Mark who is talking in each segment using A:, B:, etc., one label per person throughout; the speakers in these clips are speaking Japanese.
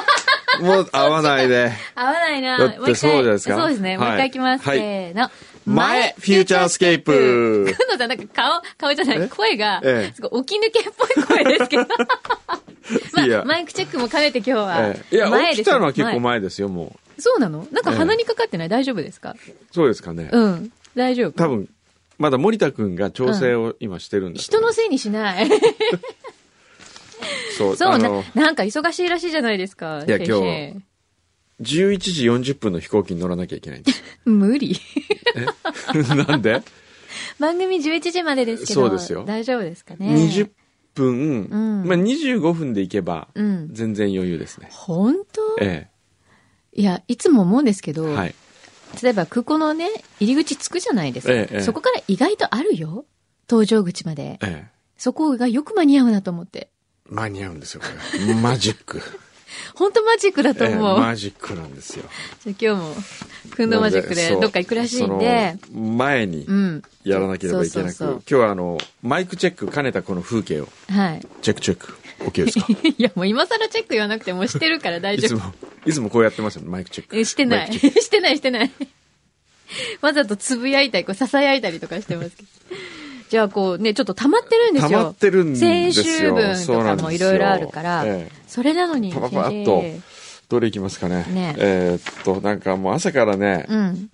A: も合わないね。
B: 合わないな。
A: だって
B: もう一回
A: そうじゃないですか
B: そうですね。もう一
A: は
B: 回
A: い
B: いきます。
A: はい
B: せーの。
A: 前フューチャースケープ
B: くんのさん、なんか顔、顔じゃな
A: え
B: い、声が
A: ええ、
B: すごい起き抜けっぽい声です けど。
A: い
B: ま
A: や
B: あ、マイクチェックも兼ねて今日は
A: え。えいや、
B: 前
A: 起
B: で
A: き
B: す
A: たのは結構
B: 前。
A: 前ですよ、もう。
B: そうなのなんか
A: ええ
B: 鼻にかかってない大丈夫ですか
A: そうですかね。
B: うん。大丈夫。
A: 多分、まだ森田くんが調整を今してるんだと
B: 人
A: 思う
B: のせいにし ない。
A: そう、
B: そう
A: あ
B: な
A: の、、
B: なんか忙しいらしいじゃないですか。
A: いや
B: 先
A: 今
B: 生
A: 日11時40分の飛行機に乗らなきゃいけないん です。
B: 無理。
A: なんで
B: 番組11時までですけど。
A: そうですよ
B: 大丈夫ですかね。
A: 20分、
B: うん
A: まあ25分で行けば、
B: うん。
A: 全然余裕ですね。
B: 本当
A: え
B: いや、いつも思うんですけど、
A: え。はい。
B: 例えば空港のね、入り口つくじゃないですか。
A: ええ
B: そこから意外とあるよ。搭乗口まで。
A: ええ。
B: そこがよく間に合うなと思って。
A: 間に合うんですよ、これ。マジッ ク。
B: 本当マジックだと
A: ええ、
B: 思う。
A: マジックなんですよ。
B: じゃあ今日も、くんどマジックでどっか行くらしいんで、
A: その前に
B: うん。
A: やらなければいけなく、
B: そうそう
A: 今日はあの、マイクチェック兼ねたこの風景を、
B: そうはい。
A: チェックチェック、OK ですか
B: いや、もう今更チェック言わなくてもしてるから 大
A: い
B: 丈
A: つ
B: 夫
A: も。、いつもこうやってますよね、マイクチェッ
B: え
A: ク。
B: してな
A: マイ
B: い。
A: クチェッ
B: してない、してない。わざとつぶやいたり、こう、囁いたりとかしてますけど。じゃあ、こうね、ちょっと溜まってるんです
A: ク
B: よ。
A: 溜まってるんですよ。
B: 先週分
A: そ
B: と
A: うな
B: か
A: んです
B: も
A: よ
B: いろいろあるから、
A: ええ
B: それなのに、
A: パパパ
B: 先
A: ッと
B: 生
A: どれいきますかね。
B: ね
A: えーっと、なんかもう朝からね、
B: うん。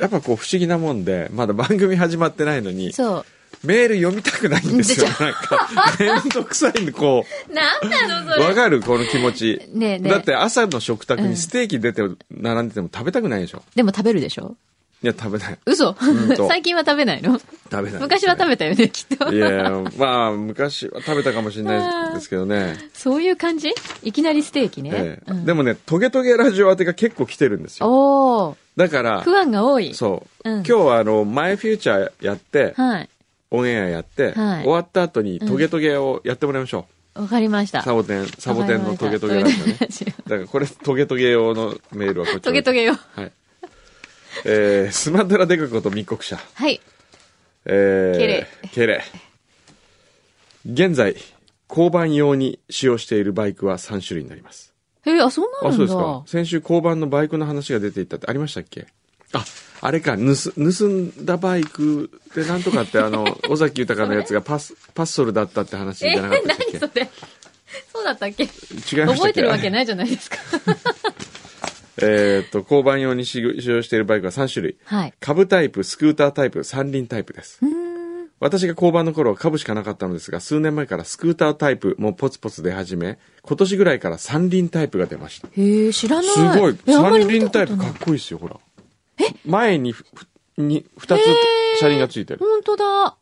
A: やっぱこう不思議なもんで、まだ番組始まってないのに、
B: そ
A: メール読みたくないんですよ。
B: 出
A: なんか、めんどくさいんで、こ
B: う。なんなの、
A: う、
B: そ
A: わ
B: れ。
A: かるこの気持ち。
B: ねえねえ
A: だって朝の食卓
B: うん
A: にステーキ出て、並んでても食べたくないでしょ。
B: でも食べるでしょ
A: いや、食べない。
B: 嘘
A: ん と
B: 最近は食べないの
A: 食べない、
B: 昔は食べたよね、きっと
A: い。や、まあ、昔は食べたかもしれないですけどね。
B: そういう感じいきなりステーキね。
A: ええ
B: うん
A: でもね、トゲトゲラジオ宛てが結構来てるんですよ。
B: おお
A: だから、
B: 不安が多い。
A: そう、
B: うん
A: 今日はあの、マイフューチャーやって、
B: はい。
A: オンエアやって、
B: はい
A: 終わった後に
B: うん
A: トゲトゲをやってもらいましょ
B: わかりまし
A: う。
B: た。
A: サボテン、サボテンのトゲトゲラジ オね。だからこれ、トゲトゲ用のメールはこっち
B: トゲトゲよ。
A: はい。えー、スマトラデカこと密告者。
B: はい。
A: えー、
B: ケレ。
A: ケレ。現在、交番用に使用しているバイクは3種類になります。
B: えー、あ、そうな
A: あ、
B: るんだ。
A: そうですか。先週交番のバイクの話が出ていたってありましたっけあ、あれか、盗、盗んだバイクでなんとかって あの、尾崎豊のやつがパス、パッソルだったって話じ
B: え
A: ゃなかっ
B: ー、
A: たっけ
B: 何それ。そうだったっけ
A: 違いましたっけ
B: 覚えてるわけ
A: い。
B: ないじゃないですか。
A: えーっと、交番用に使用使用しているバイクは3種類。
B: はい。
A: 株タイプ、スクータータイプ、三輪タイプです
B: う。ーん。
A: 私が交番の頃は株しかなかったのですが、数年前からスクータータイプもポツポツ出始め、今年ぐらいから三輪タイプが出ました。
B: へえ、知らない。
A: すごい。
B: えあんま
A: 三
B: り見た
A: 輪
B: ことない
A: タイプかっこいいですよ、ほら。前にふ、ふに、二つ車輪がついてる。
B: 本当だ。あ、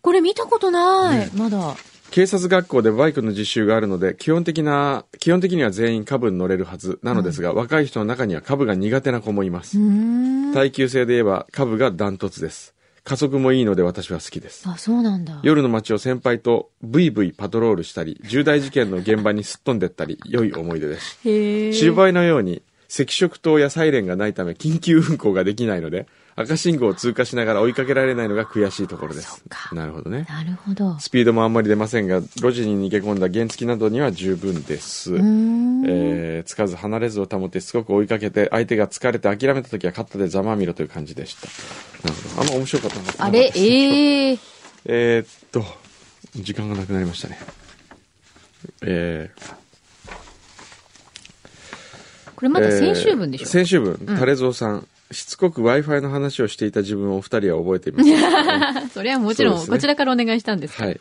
B: これ見たことない。まだ。
A: 警察学校でバイクの実習があるので、基本的な、基本的には全員株に乗れるはずなのですが、若い人の中には株が苦手な子もいま
B: う
A: す。
B: ーん。
A: 耐久性で言えば株がダントツです。加速もいいので私は好きです。
B: あ、そうなんだ。
A: 夜の街を先輩とブイブイパトロールしたり、重大事件の現場にすっ飛んでったり、良い思い出です。
B: へえ。
A: シルバイのように赤色灯やサイレンがないため緊急運行ができないので赤信号を通過しながら追いかけられないのが悔しいところで
B: そっ
A: す
B: か
A: なるほどね
B: なるほど。う
A: スピードもあんまり出ませんが路地に逃げ込んだ原付などには十分です、
B: ーん。
A: えーつかず離れずを保ってしつこく追いかけて相手が疲れて諦めた時は肩でざまあみろという感じでしたなるほどあんま面白かったなかった
B: あれ、
A: です
B: ええ。
A: えーっと、時間がなくなりましたね。えー
B: これまだ先週分で
A: え
B: し
A: ー
B: ょ。
A: 先週分、タレゾウさん。しつこく Wi-Fi の話をしていた自分をお二人は覚えていますか
B: それはもちろ、
A: そうんですね
B: こちらからお願いしたんですけど
A: はい。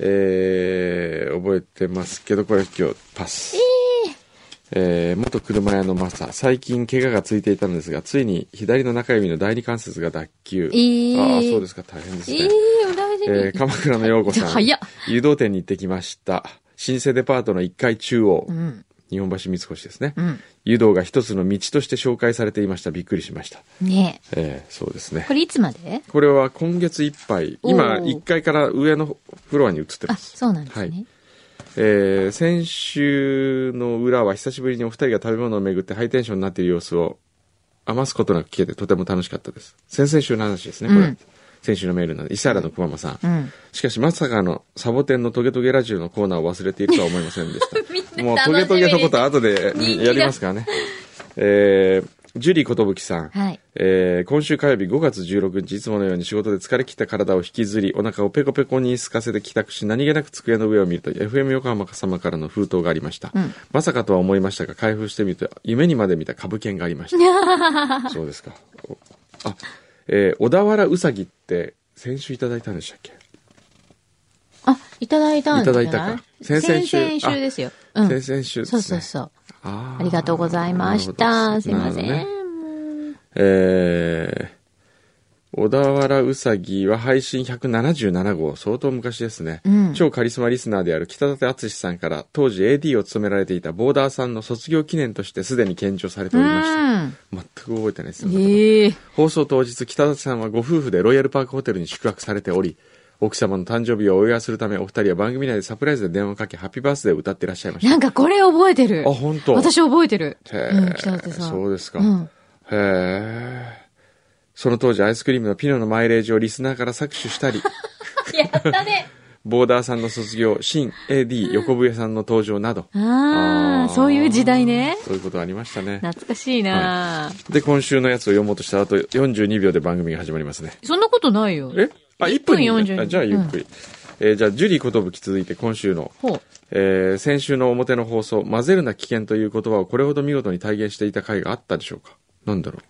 A: えー、覚えてますけど、これ今日パス。えー元車屋のマサ。最近怪我がついていたのですが、ついに左の中指の第二関節が脱臼。
B: えー
A: ああ、そうですか、大変ですね。
B: ええ、お大事
A: え
B: に。
A: ー鎌倉の陽子さん。
B: 早っ
A: 湯道店に行ってきました。新生デパートの1階中央。
B: うん。
A: 日本橋三越ですね。
B: うん。
A: 湯道が一つの道として紹介されていました。びっくりしました。
B: ねえ。
A: えーそうですね
B: こ。れいつまで
A: これは今月いっぱい。
B: お
A: 今、
B: ー
A: 1階から上のフロアに移って
B: あ、
A: ます。
B: そうなんです
A: はい
B: ね。
A: えー先週の裏は久しぶりにお二人が食べ物を巡ってハイテンションになっている様子を余すことなく聞けてとても楽しかったです。先々週の話ですね、これ。
B: うん
A: 先週のメールなんで、石原の熊間さん。
B: うん。
A: しかしまさかのサボテンのトゲトゲラジオのコーナーを忘れているとは思いませんでし
B: みんな楽しみ
A: た。
B: に
A: もうトゲトゲのことは後で
B: 人気だ
A: やりますからね。えー、ジュリー寿さん。
B: はい。
A: えー今週火曜日5月16日、いつものように仕事で疲れ切った体を引きずり、お腹をペコペコにすかせて帰宅し、何気なく机の上を見ると、FM 横浜様からの封筒がありました。
B: ん
A: まさかとは思いましたが、開封してみると、夢にまで見た株券があり ました。そうですか。おあ、えー小田原うさぎって、先週いただいたんでしたっけ、
B: あ、いただいたんじゃない
A: いただいたか
B: 先
A: 先
B: 々週。
A: 々週
B: ですよ。うん。
A: 先々週です
B: そ
A: ね。
B: うそうそう。
A: あ
B: あ
A: ー
B: りがとうございました。すいませ。
A: なるほどなる
B: ん
A: ほどね。えー、小田原うさぎは配信177号、相当昔ですね、
B: うん
A: 超カリスマリスナーである北舘淳さんから、当時 AD を務められていたボーダーさんの卒業記念としてすでに献上されておりました。全く覚えてないです
B: う
A: よ
B: ん。
A: ね。
B: ええ。
A: 放送当日、北舘さんはご夫婦でロイヤルパークホテルに宿泊されており、奥様の誕生日をお祝いするため、お二人は番組内でサプライズで電話をかけ、ハッピーバースデーを歌っていらっしゃいました。
B: なんかこれ覚えてる。
A: あ本当
B: 私覚えてる。
A: へ
B: う
A: え
B: ん、北舘さん。
A: そうですか。
B: うん。
A: へえ。その当時アイスクリームのピノのマイレージをリスナーから搾取し たり、
B: やったね。
A: ボーダーさんの卒業、新 AD 横笛さんの登場など。
B: ああ、そういう時代ね。
A: そういうことありましたね。
B: 懐かしいな、
A: で、今週のやつを読もうとした後、42秒で番組が始まりますね。
B: そんなことないよ。
A: えあ、1
B: 1
A: 分
B: 分
A: に
B: 42
A: あじゃあゆっくり。えーじゃあ、ジュリー寿続いて今週の。
B: ほう。
A: えー先週の表の放送、混ぜるな危険という言葉をこれほど見事に体現していた回があったでしょうかなんだろう。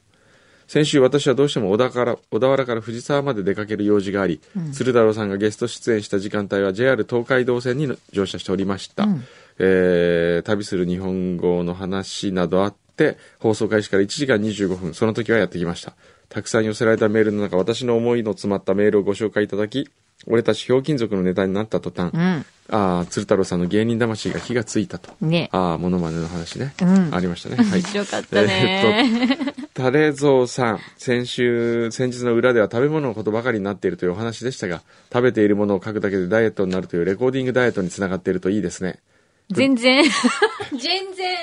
A: 先週私はどうしても小田から小田原から藤沢まで出かける用事があり、鶴太郎さんがゲスト出演した時間帯は JR 東海道線にの乗車しておりました、えー旅する日本語の話などあって放送開始から1時間25分その時はやってきましたたくさん寄せられたメールの中私の思いの詰まったメールをご紹介いただき俺たちひょうきん族のネタになった途端、
B: うん。
A: ああ、鶴太郎さんの芸人魂が火がついたと。
B: ね。
A: ああ、モノマネの話ね。
B: うん
A: ありましたね。はい。
B: 面白かったね。
A: タレゾウさん、先週、先日の裏では食べ物のことばかりになっているというお話でしたが、食べているものを書くだけでダイエットになるというレコーディングダイエットにつながっているといいですね。
B: 全然。全然。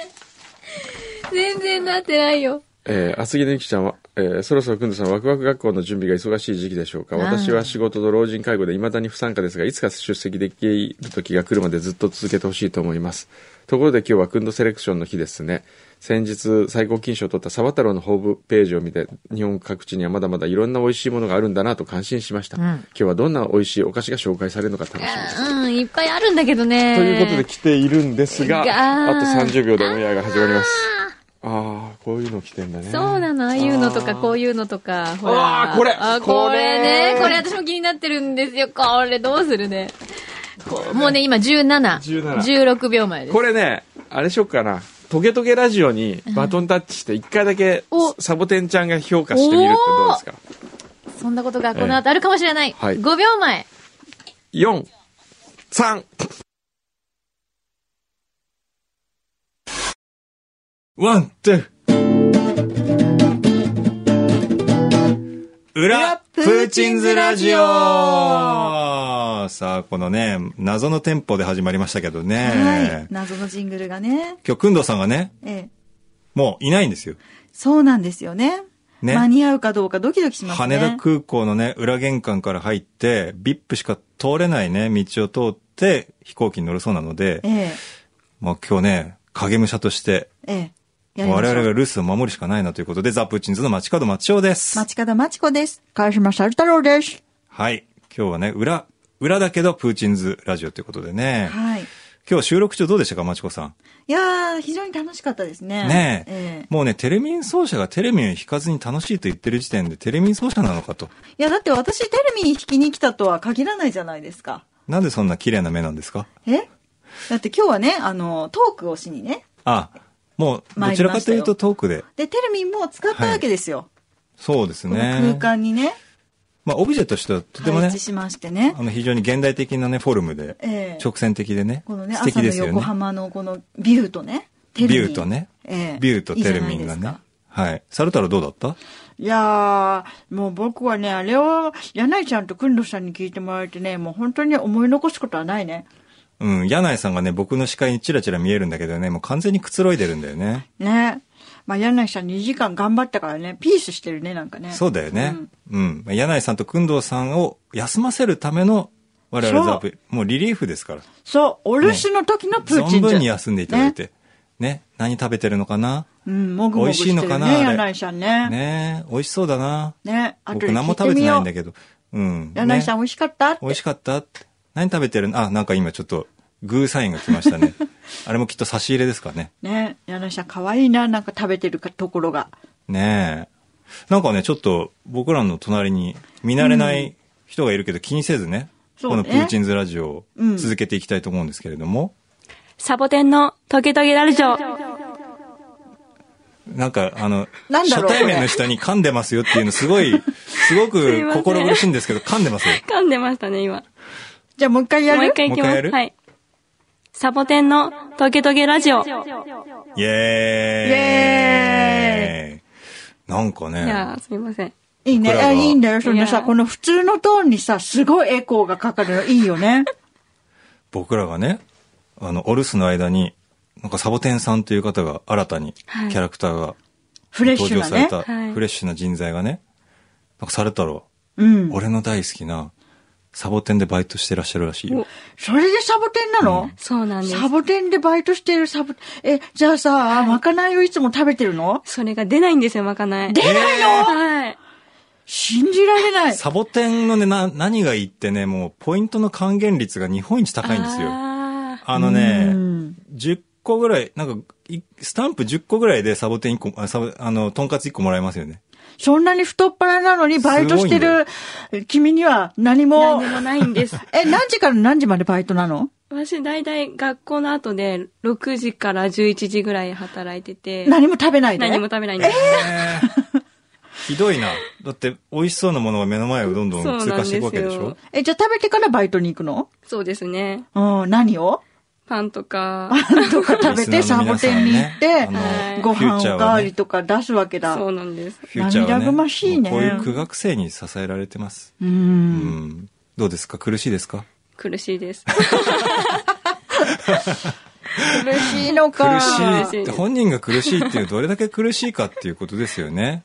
B: 全然なってないよ。
A: えー、厚木のゆきちゃんは、えーそろそろくんどさん、ワクワク学校の準備が忙しい時期でしょうか。
B: あー
A: 私は仕事と老人介護で未だに不参加ですが、いつか出席できる時が来るまでずっと続けてほしいと思います。ところで今日はくんどセレクションの日ですね。先日、最高金賞を取った沢太郎のホームページを見て、日本各地にはまだまだいろんな美味しいものがあるんだなと感心しました。
B: うん
A: 今日はどんな美味しいお菓子が紹介されるのか楽しみです。
B: うん、いっぱいあるんだけどね。
A: ということで来ているんですが、
B: が
A: あと30秒でオンエアが始まります。ああー、こういうの来てんだね。
B: そうなの、ああいうのとか、こういうのとか、ほら。
A: あーこれ
B: あ、これ
A: こ
B: ね。
A: れ
B: これ私も気になってるんですよ。これどうするね。こうもうね、今17。
A: 17
B: 16秒前です。
A: これね、あれしよっかな。トゲトゲラジオにバトンタッチして、一回だけ
B: お
A: サボテンちゃんが評価してみるってどうですか
B: そんなことがこの後あるかもしれない。
A: はい
B: 5秒前。
A: ?4、3。
C: ワン、ツー。裏、プーチンズラジオさあ、このね、謎のテンポで始まりましたけど
D: はい
C: ね。。
D: 謎のジングルがね。
C: 今日、くんどさんがね、
D: ええ。
C: もういないんですよ。
D: そうなんですよね。
C: ね
D: 間に合うかどうかドキドキしますね。
C: 羽田空港のね、裏玄関から入って、VIP しか通れないね、道を通って飛行機に乗るそうなので、
D: え
C: もう今日ね、影武者として、
D: え。ええ。やりまし
C: 我
D: ょう
C: 々が留守を守るしかないなということで、ザ・プーチンズの街角町尾です。
D: 町方町子です。川島猿太郎です。
C: はい。今日はね、裏、裏だけどプーチンズラジオということでね。
D: はい。
C: 今日収録中どうでしたか、まちこさん。
D: いやー、非常に楽しかったですね。
C: ねえ。
D: ええ。
C: もうね、テレミン奏者がテレミンを弾かずに楽しいと言ってる時点でテレミン奏者なのかと。
D: いや、だって私テレビに引きに来たとは限らないじゃないですか。
C: なんでそんな綺麗な目なんですか
D: えだって今日はね、あの、トークをしにね。
C: あ、もう、どちらかというとトークで。
D: で、テレビも使ったわけですよ。
C: そうです
D: この空
C: ね。
D: 間にね、
C: まあ、オブジェとしてはとても
D: 配
C: ね
D: 置、しましてね
C: あ。の、非常に現代的なね、フォルム
D: ええ
C: で、直線的でね、
D: このね、
C: 素
D: 朝
C: 敵
D: の
C: ですよ
D: 横
C: ね。
D: 浜のこのビューとね、テレミン
C: ビューとね、
D: ええ
C: ビューとテレミ
D: いい
C: ン
D: じゃ
C: が
D: ないです
C: ね
D: か。
C: はい。サルタロどうだった
D: いやー、もう僕はね、あれを、柳井ちゃんとくんどさんに聞いてもらえてね、もう本当に思い残すことはないね。
C: うん、柳井さんがね、僕の視界にチラチラ見えるんだけどね、もう完全にくつろいでるんだよね。
D: ね。まあ、柳井さん2時間頑張ったからね、ピースしてるね、なんかね。
C: そうだよね。うん。柳井さんと工藤さんを休ませるための我々ザ
D: そう
C: ブ、もうリリーフですから。
D: そう、お留守の時のプーチン
C: 存
D: じゃ
C: 分に休んでいただい。て。ね。何食べてるのかな
D: うん、もぐもぐしてる
C: 美味しいのかなあ
D: ね、
C: れ
D: 柳井さんね。ね。
C: ね美味しそうだな。
D: あとで
C: 僕何
D: 聞
C: も
D: いて
C: 食べて
D: み
C: ない
D: よ
C: んだ
D: う。
C: けど。うん。
D: 柳井さん
C: ね
D: 美味しかったって
C: 美味しかったって何食べてるのあ、なんか今ちょっと、グーサインが来ました ね。あれもきっと差し入れですかね。
D: ね柳井さん可愛いな、なんか食べてるかところが。
C: ねえ。なんかね、ちょっと僕らの隣に見慣れない人がいるけど気にせずね、
D: そう
C: こ
D: ね
C: のプーチンズラジオを
D: うん
C: 続けていきたいと思うんですけれども、
E: サボテンのトゲトゲラルジ オ。
C: なんかあの、
D: なんだろ
C: 初
D: う
C: 対
D: こ
C: 面
D: れ
C: の人に噛んでますよっていうのすごい、すご
E: いま
C: く
E: せん
C: 心苦しいんですけど噛んでますよ。
E: 噛んでましたね、今。
D: じゃあもう一回や
E: もう一
D: る
E: 回いきま
C: もう一回や
E: す。
C: る
E: はい。サボテンのトゲトゲラジオ。い
C: イエーイなんか
E: や
C: ね、
E: ー、すみません。
D: いいね。
C: 僕ら
D: あ
C: が
D: いいんだよ。そんない
E: や
D: さ、この普通のトーンにさ、すごいエコーがかかるのいいよね。
C: 僕らがね、あの、お留守の間に、なんかサボテンさんという方が新たにキ
E: はい
C: ャラクターが
D: フレッシ
C: 登
D: ュ
C: 場
D: な
C: された、
D: ね。
E: はい
C: フレッシュな人材がね、なんかされたら、
D: うん。
C: 俺の大好きなサボテンでバイトしてらっしゃるらしいよ
E: お。
D: それでサボテンなの、
E: そうなんです
D: サ。ボテンでバイトしてるサボ、え、じゃあさ、まかないをいつも食べてるの
E: それが出ないんですよ、まかない。
D: 出ないの
E: はい。
D: 信じられない。
C: サボテンのね、な、何がいいってね、もうポイントの還元率が日本一高いんですよ。あ
E: あ
C: の
D: う
C: ね、
D: ん
C: 10個ぐらい、なんか、いスタンプ10個ぐらいでサボテン1個、あサボあの、トンカツ1個もらえますよね。
D: そんなに太っ腹なのにバイトしてる君には何
E: ー
D: も
E: 何で、もないんです。
D: え、何時から何時までバイトなの
E: 私、だいたい学校の後で、6時から11時ぐらい働いてて、
D: 何も食べないで。
E: 何も食べないんです。
C: えー ひどいな。だって、美味しそうなものが目の前をどんどん
E: そうなん
C: 通過していくわけで
E: で
C: し
E: す
C: ょ
E: よ
D: え、じゃあ食べてからバイトに行くの
E: そうですね。
D: うん、何を
E: パンとか、
D: とか食べて
C: リスナー
D: サ
C: の
D: ボ
C: 皆さん
D: テンに行っ
C: ね
D: て
C: あ、の
E: はい
D: ご飯
C: フューチャーはね
D: おかわりとか出すわけだ。
E: そうなんです。
C: フューチャーはね、
D: 涙ぐましいね
C: もうこういう苦学生に支えられてます。
D: う。
C: うんん。どうですか苦しいですか
E: 苦し いです。
D: 苦しいの
C: 苦
D: か。
C: しい
E: 苦しい
C: 本人が苦しいっていうどれだけ苦しいかっていうことですよね。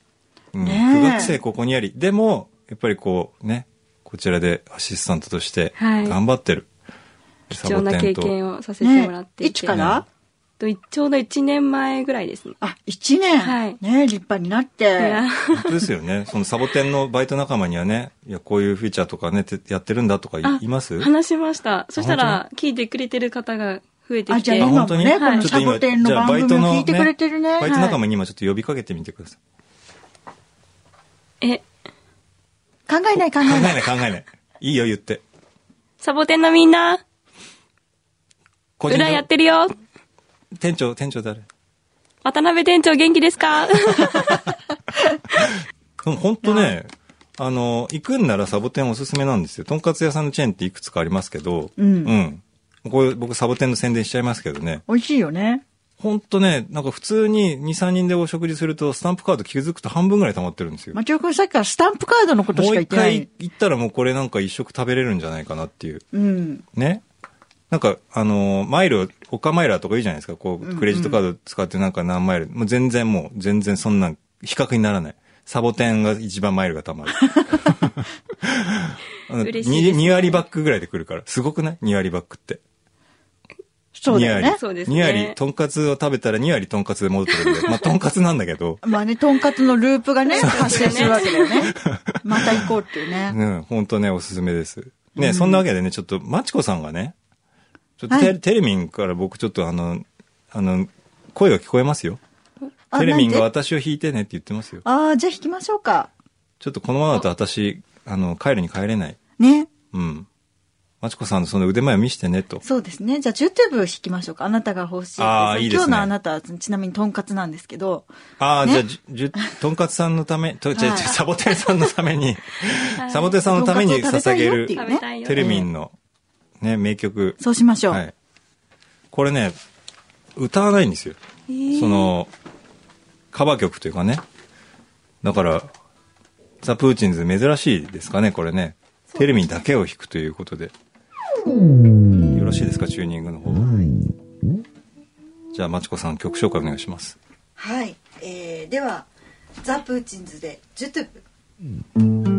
C: うん、苦
D: ねえ
C: 学生ここにあり。でも、やっぱりこうね、こちらでアシスタントとして
E: はい
C: 頑張ってる。
E: 貴重な経験をさせてもらっていて。
D: ねいつから
E: といちょうど1年前ぐらいですね。
D: あ、一年。
E: はい
D: ね立派になっ
E: いや
D: て。
C: 本当ですよね。そのサボテンのバイト仲間にはね、いや、こういうフィーチャーとかね、てやってるんだとかい
E: あ
C: います
E: 話しました。そしたら、聞いてくれてる方が増えて
D: あ、
E: き
D: じゃあ
E: て。
C: あ
D: 今
C: 本
D: も
C: 当に
D: ね、こ
E: はい
D: のサボテンの
C: じゃあ
D: 番
C: バイ
D: 組
C: ト
D: を
C: のね
D: 聞いてくれてるね。
C: バイト
D: はい
C: 仲間に今ちょっと呼びかけてみてください。
E: え、
D: 考えない考
C: 考え
D: えない。
C: ない考えない。いいよ言って。
E: サボテンのみんな、
C: 個人情
E: 裏やってるよ
C: 店長、店長誰
E: 渡辺店長元気です か
C: でも本当ね、あの、行くんならサボテンおすすめなんですよ。とんかつ屋さんのチェーンっていくつかありますけど、
D: うん
C: うん。これ僕サボテンの宣伝しちゃいますけどね。
D: 美味しいよね。
C: 本当ね、なんか普通に2、3人でお食事するとスタンプカード気づくと半分ぐらい溜まってるんですよ。も
D: 町尾くんさっきからスタンプカードのことしか
C: う
D: 言っ
C: 一
D: てな
C: 回
D: い。
C: 行ったらもうこれなんか一食食べれるんじゃないかなっていう。
D: うん。
C: ね。なんか、あのーマイル、オカマイラーとかいいじゃないですか。こ
D: うんう
C: う、
D: ん
C: クレジットカード使ってなんか何マイル。もう全然もう、全然そんなん、比較にならない。サボテンが一番マイルがた まる。あの
E: 嬉しいですね
C: に 2, 割バックぐらいで来るから。すごくない ?2 割バックって。
D: そうだよ
C: 2
D: ね
C: 割。
E: そうですね
C: 2割、とんかつを食べたら2割とんかつで戻ってくるんで。まあ、とんかつなんだけど。
D: まあね、とんかつのループがね、
E: そうですね
D: 発生するわけだ よね。また行こうっていうね。
C: うん、本当ね、おすすめです。ね、そんなわけでね、ちょっと、まちこさんがね、ちょっとテ,、
D: はい
C: レミンから僕ちょっとあの、あの、声が聞こえますよ。
D: あ
C: テレミンが
D: なん
C: 私を弾いてねって言ってますよ。
D: ああ、じゃあ弾きましょうか。
C: ちょっとこのままだと私、あの、帰るに帰れない。
D: ね。
C: うん。まちこさんのその腕前を見してねと。
D: そうですね。じゃあ、チューテブ弾きましょうか。あなたが欲しい。
C: あーいいですね
D: 今日のあなたは、ちなみにとんかつなんですけど、
C: ああ、
D: ね
C: じゃあ、じゅ、じゅとんかつさんのため、と、じゃ
D: はい
C: じゃサボテンさんのために、サボテンさんのために
D: とんかつ
C: 捧
D: を食べたい
C: げ
D: よっ
C: る
D: てい、う
E: 食
D: ね
E: べたいよ
C: テ。レミンの、ね、名曲。
D: そうしましょう。
C: はい。これね、歌わないんですよ。その、カバー曲というかね。だから、ザ・プーチンズ珍しいですかね、これね。テレミンだけを弾くということで。よろしいですか、チューニングの方。じゃあ、まちこさん曲紹介お願いします。
D: はい。ええーではザ・プーチンズでジュトゥブ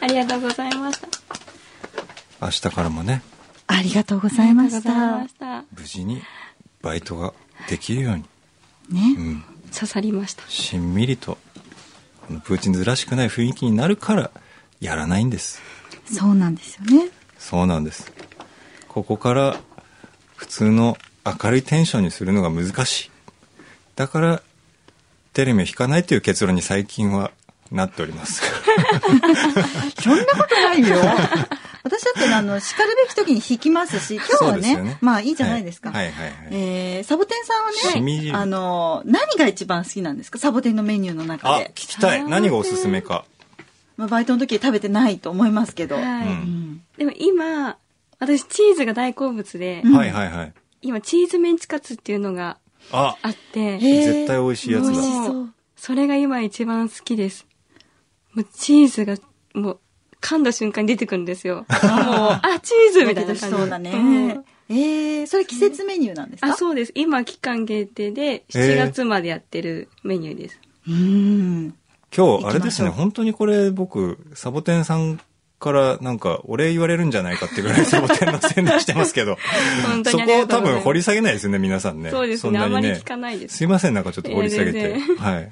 E: ありがとうございました。
C: 明日からもね、
F: ありがとうございまし
E: ありがと
F: た
E: うございま。した。
C: 無事にバイトができるように、
F: ね
C: う。ん、
E: 刺さりました。
C: しんみりと、このプーチンズらしくない雰囲気になるから、やらないんです。
F: そうなんですよね。
C: そうなんです。ここから、普通の明るいテンションにするのが難しい。だから、テレビを引かないという結論に最近はなっております。
D: そんなことないよ 私だってあの叱るべき時に引きますし今日は
C: そうです
D: ね
C: よね
D: まあいいじゃないですか、
C: はい、はい、はいはい。
D: えーサボテンさ
C: し
D: ん
C: み
D: は
C: じ
D: ね
C: る
D: あの何が一番好きなんですかサボテンのメニューの中
C: あ
D: で、
C: 聞きたい。何がおすすめか。
D: まあ、バイトの時食べてないと思いますけど、
E: は
C: う
E: い。
D: うん
E: でも今、私チーズが大好物で、
D: ん
C: はいはいはい。
E: 今チーズメンチカツっていうのが
C: あ、
E: あって、
C: 絶対美味しいやつ
E: もう
C: だ。
E: それが今一番好きです。もうチーズが、もう噛んだ瞬間に出てくるんですよ。もう、あ、チーズみたいな感じ。
D: だけどそうだね、
E: ん
D: えーそれ季節メニューなんですか
E: あ、そうです。今期間限定で7月までやってるメニューです。
D: ううん
C: 今日、あれですね、
D: 行きましょう
C: 本当にこれ僕、サボテンさんからなんかお礼言われるんじゃないかってぐらいサボテンの宣伝してますけど、
E: 本当
C: そ
E: にあり
C: こ
E: が
C: を
E: と
C: 多
E: うござ
C: 分
E: います
C: 掘り下げないですよね、皆さんね。
E: そうですね
C: んなに
E: あまり聞かないです
C: すいません、なんかちょっと掘り下げ
E: いや
C: て
E: 全。然
C: はい。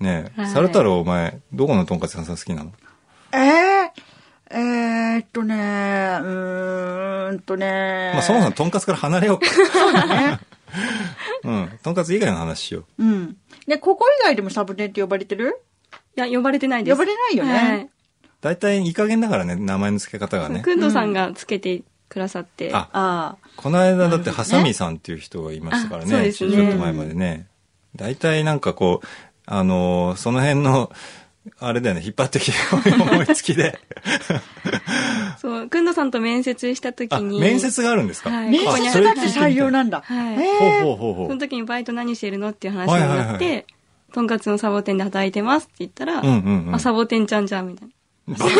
C: ねえ、
E: はい
C: サル太郎お前、どこのトンカツ屋さん好きなの
F: ええ
D: えー、っとねうーんとね
C: まあそもそもトンカツから離れようか。
D: そうだね
C: うん。トンカツ以外の話しよう。
D: うんねここ以外でもサボテンって呼ばれてる
E: いや、呼ばれてないです。
D: 呼ばれないよね
C: 大体いい加減だからね、名前の付け方が
E: はい。
C: ね。
E: くんどさんがつけてくださって。
C: あ、
D: ああ
C: この間だってハサミさんっていう人がいましたから
E: あそう
C: ね、
E: で
C: ち
E: す
C: ょっ
E: ね
C: と前までね。大体なんかこう、あのーその辺の、あれだよね、引っ張ってきて思いつき で。
E: そう、くんどさんと面接した時
C: あ、
E: に。
C: 面接があるんですか、
E: はい
D: 面
C: あ
D: 接
C: それ
D: だ
C: 聞
D: っ
C: い
D: て
C: てみた
D: 採用なんだ、
E: はい
D: えー
C: ほうほうほう
E: そ
C: ほ
E: の
C: う。
E: 時にバイト何してるのっていう話になっ
C: はいはい
E: て、とんかつのサボテンで働いてますって言ったら、
C: うんうんうん
E: あ、サボテンちゃんじゃん、みたいな。
D: ね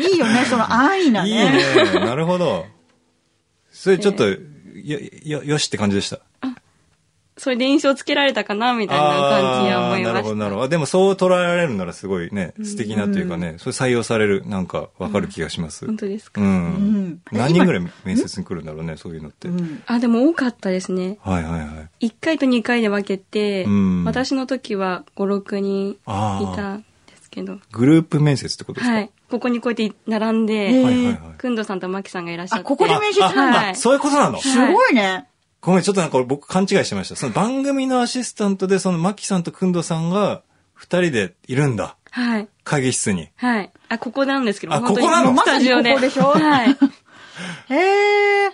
D: いいよね、その安易なね。
C: いいね。なるほど。それちょっと、よ、よ、よしって感じでした。
E: それで印象つけられたかな、みたいな感じには思
C: あ
E: い
C: ーな
E: ま
C: るほど、
E: し
C: なるほど。でもそう捉えられるならすごいね、素敵なというかね、それ採用される、なんかわかる気がします。
E: た。本当ですか。
C: うん。
D: うん
C: 何人ぐらい面接に来るんだろうね、そういうのって。
D: うん
E: あ、でも多かったですね。
C: はいはいはい。
E: 1回と2回で分けて、
C: うん
E: 私の時は5、6人い
C: ああ
E: たんですけど。
C: グループ面接ってことですか
E: はい。ここにこうやって並ん
D: へ
E: で、
C: はいはいはい。
E: くんどさんとまきさんがいらっしゃっ
D: あ、
E: て。
D: ここで面接
E: あ
D: なん
E: は
D: だ。
E: い
C: そういうことなの
D: すごいね。
C: ごめん、ちょっとなんか俺僕勘違いしてました。その番組のアシスタントで、そのマキさんとくんどさんが二人でいるんだ。
E: はい。
C: 会議室に。
E: はい。あ、ここなんですけど、
C: あ
E: 本当に
C: ここなの
E: もうスタジオで。
D: まさにここでしょ
E: はい。
D: へえ。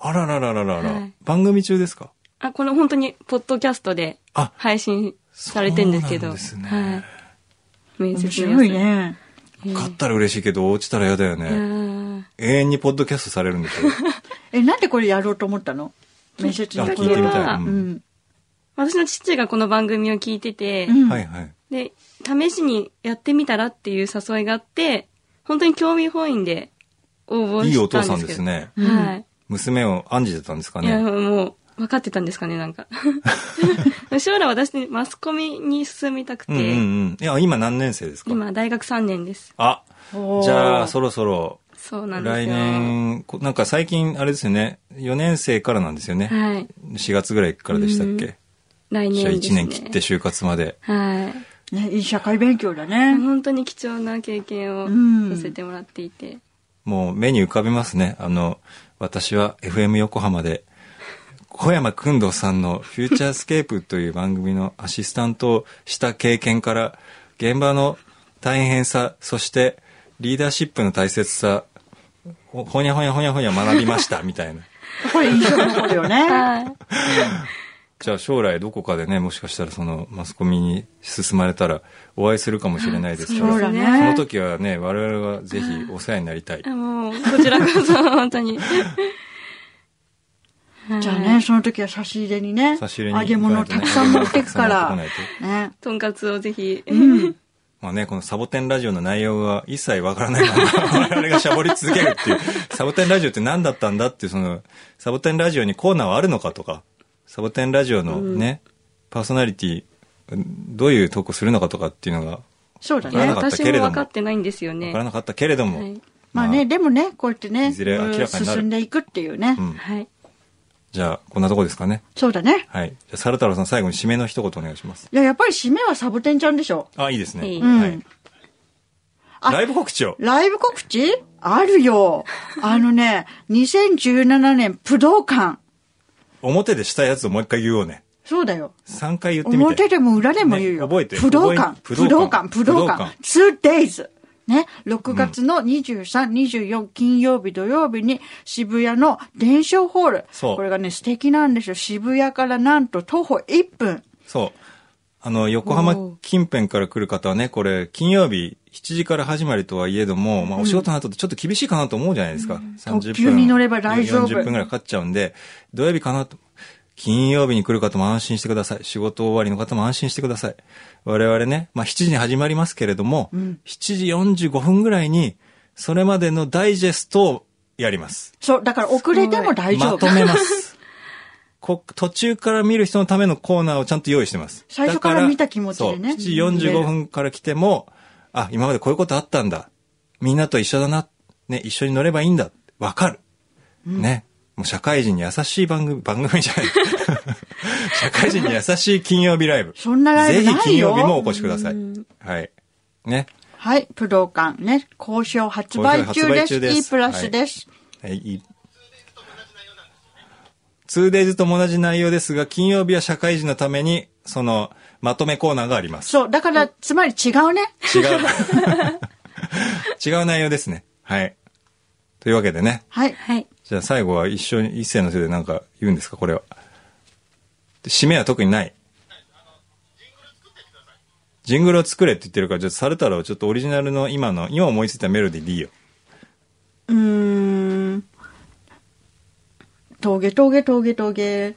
C: あらららららら、
E: はい
C: 番組中ですか
E: あ、この本当に、ポッドキャストで
C: あ
E: 配信されてんですけど。
C: そうなんですね
E: はい。面
D: 面
E: 接の
D: 白
E: 様
D: い
E: 子。
D: ね。
C: 勝ったら嬉しいけど、落ちたら嫌だよ
E: いや
C: ね。
E: ー
C: 永遠にポッドキャストされるんですよ。
D: え、なんでこれやろうと思ったの面接
C: あ
D: の
E: きっ
D: 時
C: 聞
E: か
C: いてみたい。
E: う
D: う
C: うん
D: ん。
E: 私の父がこの番組を聞いてて、
D: うん
C: はいはい。
E: で、試しにやってみたらっていう誘いがあって、本当に興味本位で応募
C: いいお
E: したん
C: 父
E: です
C: さ
E: けど。
C: んです。ね。
E: はい。
C: 娘を案じてたんですか
E: いや、
C: ね。
E: もう、分かってたんですかね、な んか。将来私、マスコミに進みたくて、
C: うんうんうん。いや、今何年生ですか
E: 今、大学3年です。
C: あ、
D: おー
C: じゃあそろそろ
E: そうなんです
C: 来。
E: よ。
C: 年、こなんか最近あれですよね、4年生からなんですよね。
E: はい。
C: 4月ぐらいからでしたっけ、
E: 来年
C: じ
E: で
C: ゃあ
E: す、ね。
C: 1年切って就活まで。
E: はい。
D: ね、いい社会勉強だね。
E: 本当に貴重な経験
D: うん
E: をさせてもらっていて。
C: もう目に浮かびますね。あの、私は FM 横浜で、小山くんどさんのフューチャースケープという番組のアシスタントをした経験から、現場の大変さ、そしてリーダーシップの大切さ、ほほにゃほにゃほにゃほにゃ学びま した、みたいな。
D: これ印象に残るよ ね。
E: はい。
C: じゃあ将来どこかでね、もしかしたらそのマスコミに進まれたらお会いするかもしれないですか
D: そう
C: ら、その
D: だね。
C: 時はね、我々はぜひお世話になりたい。
E: あもう、こちらこそ、本当に。はい
D: じゃあね、。その時は差し入れにね、
C: 差し入れに
D: 揚げ物をたくさん持ってくか
C: 揚げ
D: ら
C: 物をたくさん持ってこない。と
D: ね。
E: とんかつをぜひ。
D: うん。
C: まあね、このサボテンラジオの内容が一切わからないま ま我々がしゃぼり続けるっていう、サボテンラジオって何だったんだっていう、その、サボテンラジオにコーナーはあるのかとか、サボテンラジオのね、パーソナリティ、どういう投稿するのかとかっていうのが
D: そうだ
C: わからな
D: ね。
C: かった
E: 私
C: けれど
E: も
C: も
E: 分かってないんですよね。
C: わからなかったけれども、
E: はい。
D: まあね、でもね、こうやってね、
C: いずれ明らかになる
D: 進んでいくっていうね
C: う。ん。
E: はい。
C: じゃあ、こんなとこですかね。
D: そうだね。
C: はい。じゃあ、サル太郎さん最後に締めの一言お願いします。
D: いや、やっぱり締めはサボテンちゃんでしょ。
C: あ、いいですね。
E: いい
D: うん
C: はい。
D: あ
C: ライブ告知を。
D: ライブ告知あるよ。あの ね、2017年武道館。
C: 表でしたやつをもう一回言おうね。
D: そうだよ。
C: 3回言ってみて。
D: 表でも裏でも言うよ。
C: ね覚えて
D: 武道館、
C: 覚え
D: 武道館、
C: 武
D: 武
C: 道
D: 道
C: 館
D: 館、2days。ね、6月の23、24金曜日、土曜日に渋谷の伝承ホール。
C: そう
D: これがね、素敵なんですよ。渋谷からなんと徒歩1分。
C: そう。あの、横浜近辺から来る方はね、これ、金曜日7時から始まりとはいえども、まあ、お仕事の後ってちょっと厳しいかなと思うじゃないですか。30分。
D: 特急に乗れば大丈夫
C: 40分ぐらいかかっちゃうんで、土曜日かなと。金曜日に来る方も安心してください。仕事終わりの方も安心してください。我々ね、まあ、7時に始まりますけれども、7時45分ぐらいに、それまでのダイジェストをやります。
D: そう、だから遅れても大丈
C: ま
D: 夫
C: と。め ます。こ途中から見る人のためのコーナーをちゃんと用意してます。
D: 最初から
C: だ
D: 見た気持ちでね
C: そう7時45分から来ても、あ、今までこういうことあったんだ。みんなと一緒だな。ね、一緒に乗ればいいんだ。わかる。ね。もう社会人に優しい番組、番組じゃ ない。社会人に優しい金曜日ライ ブ。
D: そんなライブないよ
C: ぜひ金曜日もお越しください。はい。ね。
D: はい、武道館ね、交渉発売中
C: 好評
D: で
C: 発売
D: す。
C: 中です
D: E プラスです。
C: はいいい。2days と同じ内容ですが、金曜日は社会人のために、その、まとめコーナーがあります。
D: そう、だから、つまり違うね。
C: 違う。違う内容ですね。はい。というわけでね。
D: はい。
E: はい。
C: じゃあ最後は一緒に、一世のせいでなんか言うんですか、これは。で締めは特にない。ジングルを作れって言ってるから、じゃあ、サルタロウちょっとオリジナルの今の、今思いついたメロディーでいいよ。
D: うーん。峠峠峠峠。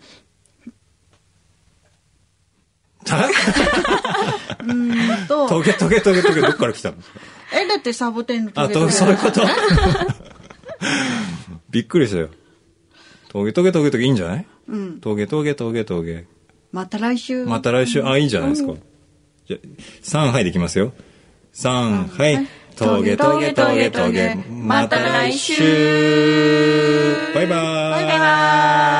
C: ト
D: と、
C: ゲトゲトゲトゲ、どっから来たの
D: え、だってサボテンの
C: あ、
D: 峠
C: と、
D: 峠。
C: そういうこと。 びっくりしたよ。峠峠峠峠いいんじゃない
D: うん。
C: 峠峠峠峠。
D: また来週。
C: また来週、あ、いいじゃないですか。じゃ、3杯できますよ。3杯。峠峠峠峠。また来週。バイバーイ。バイバーイ。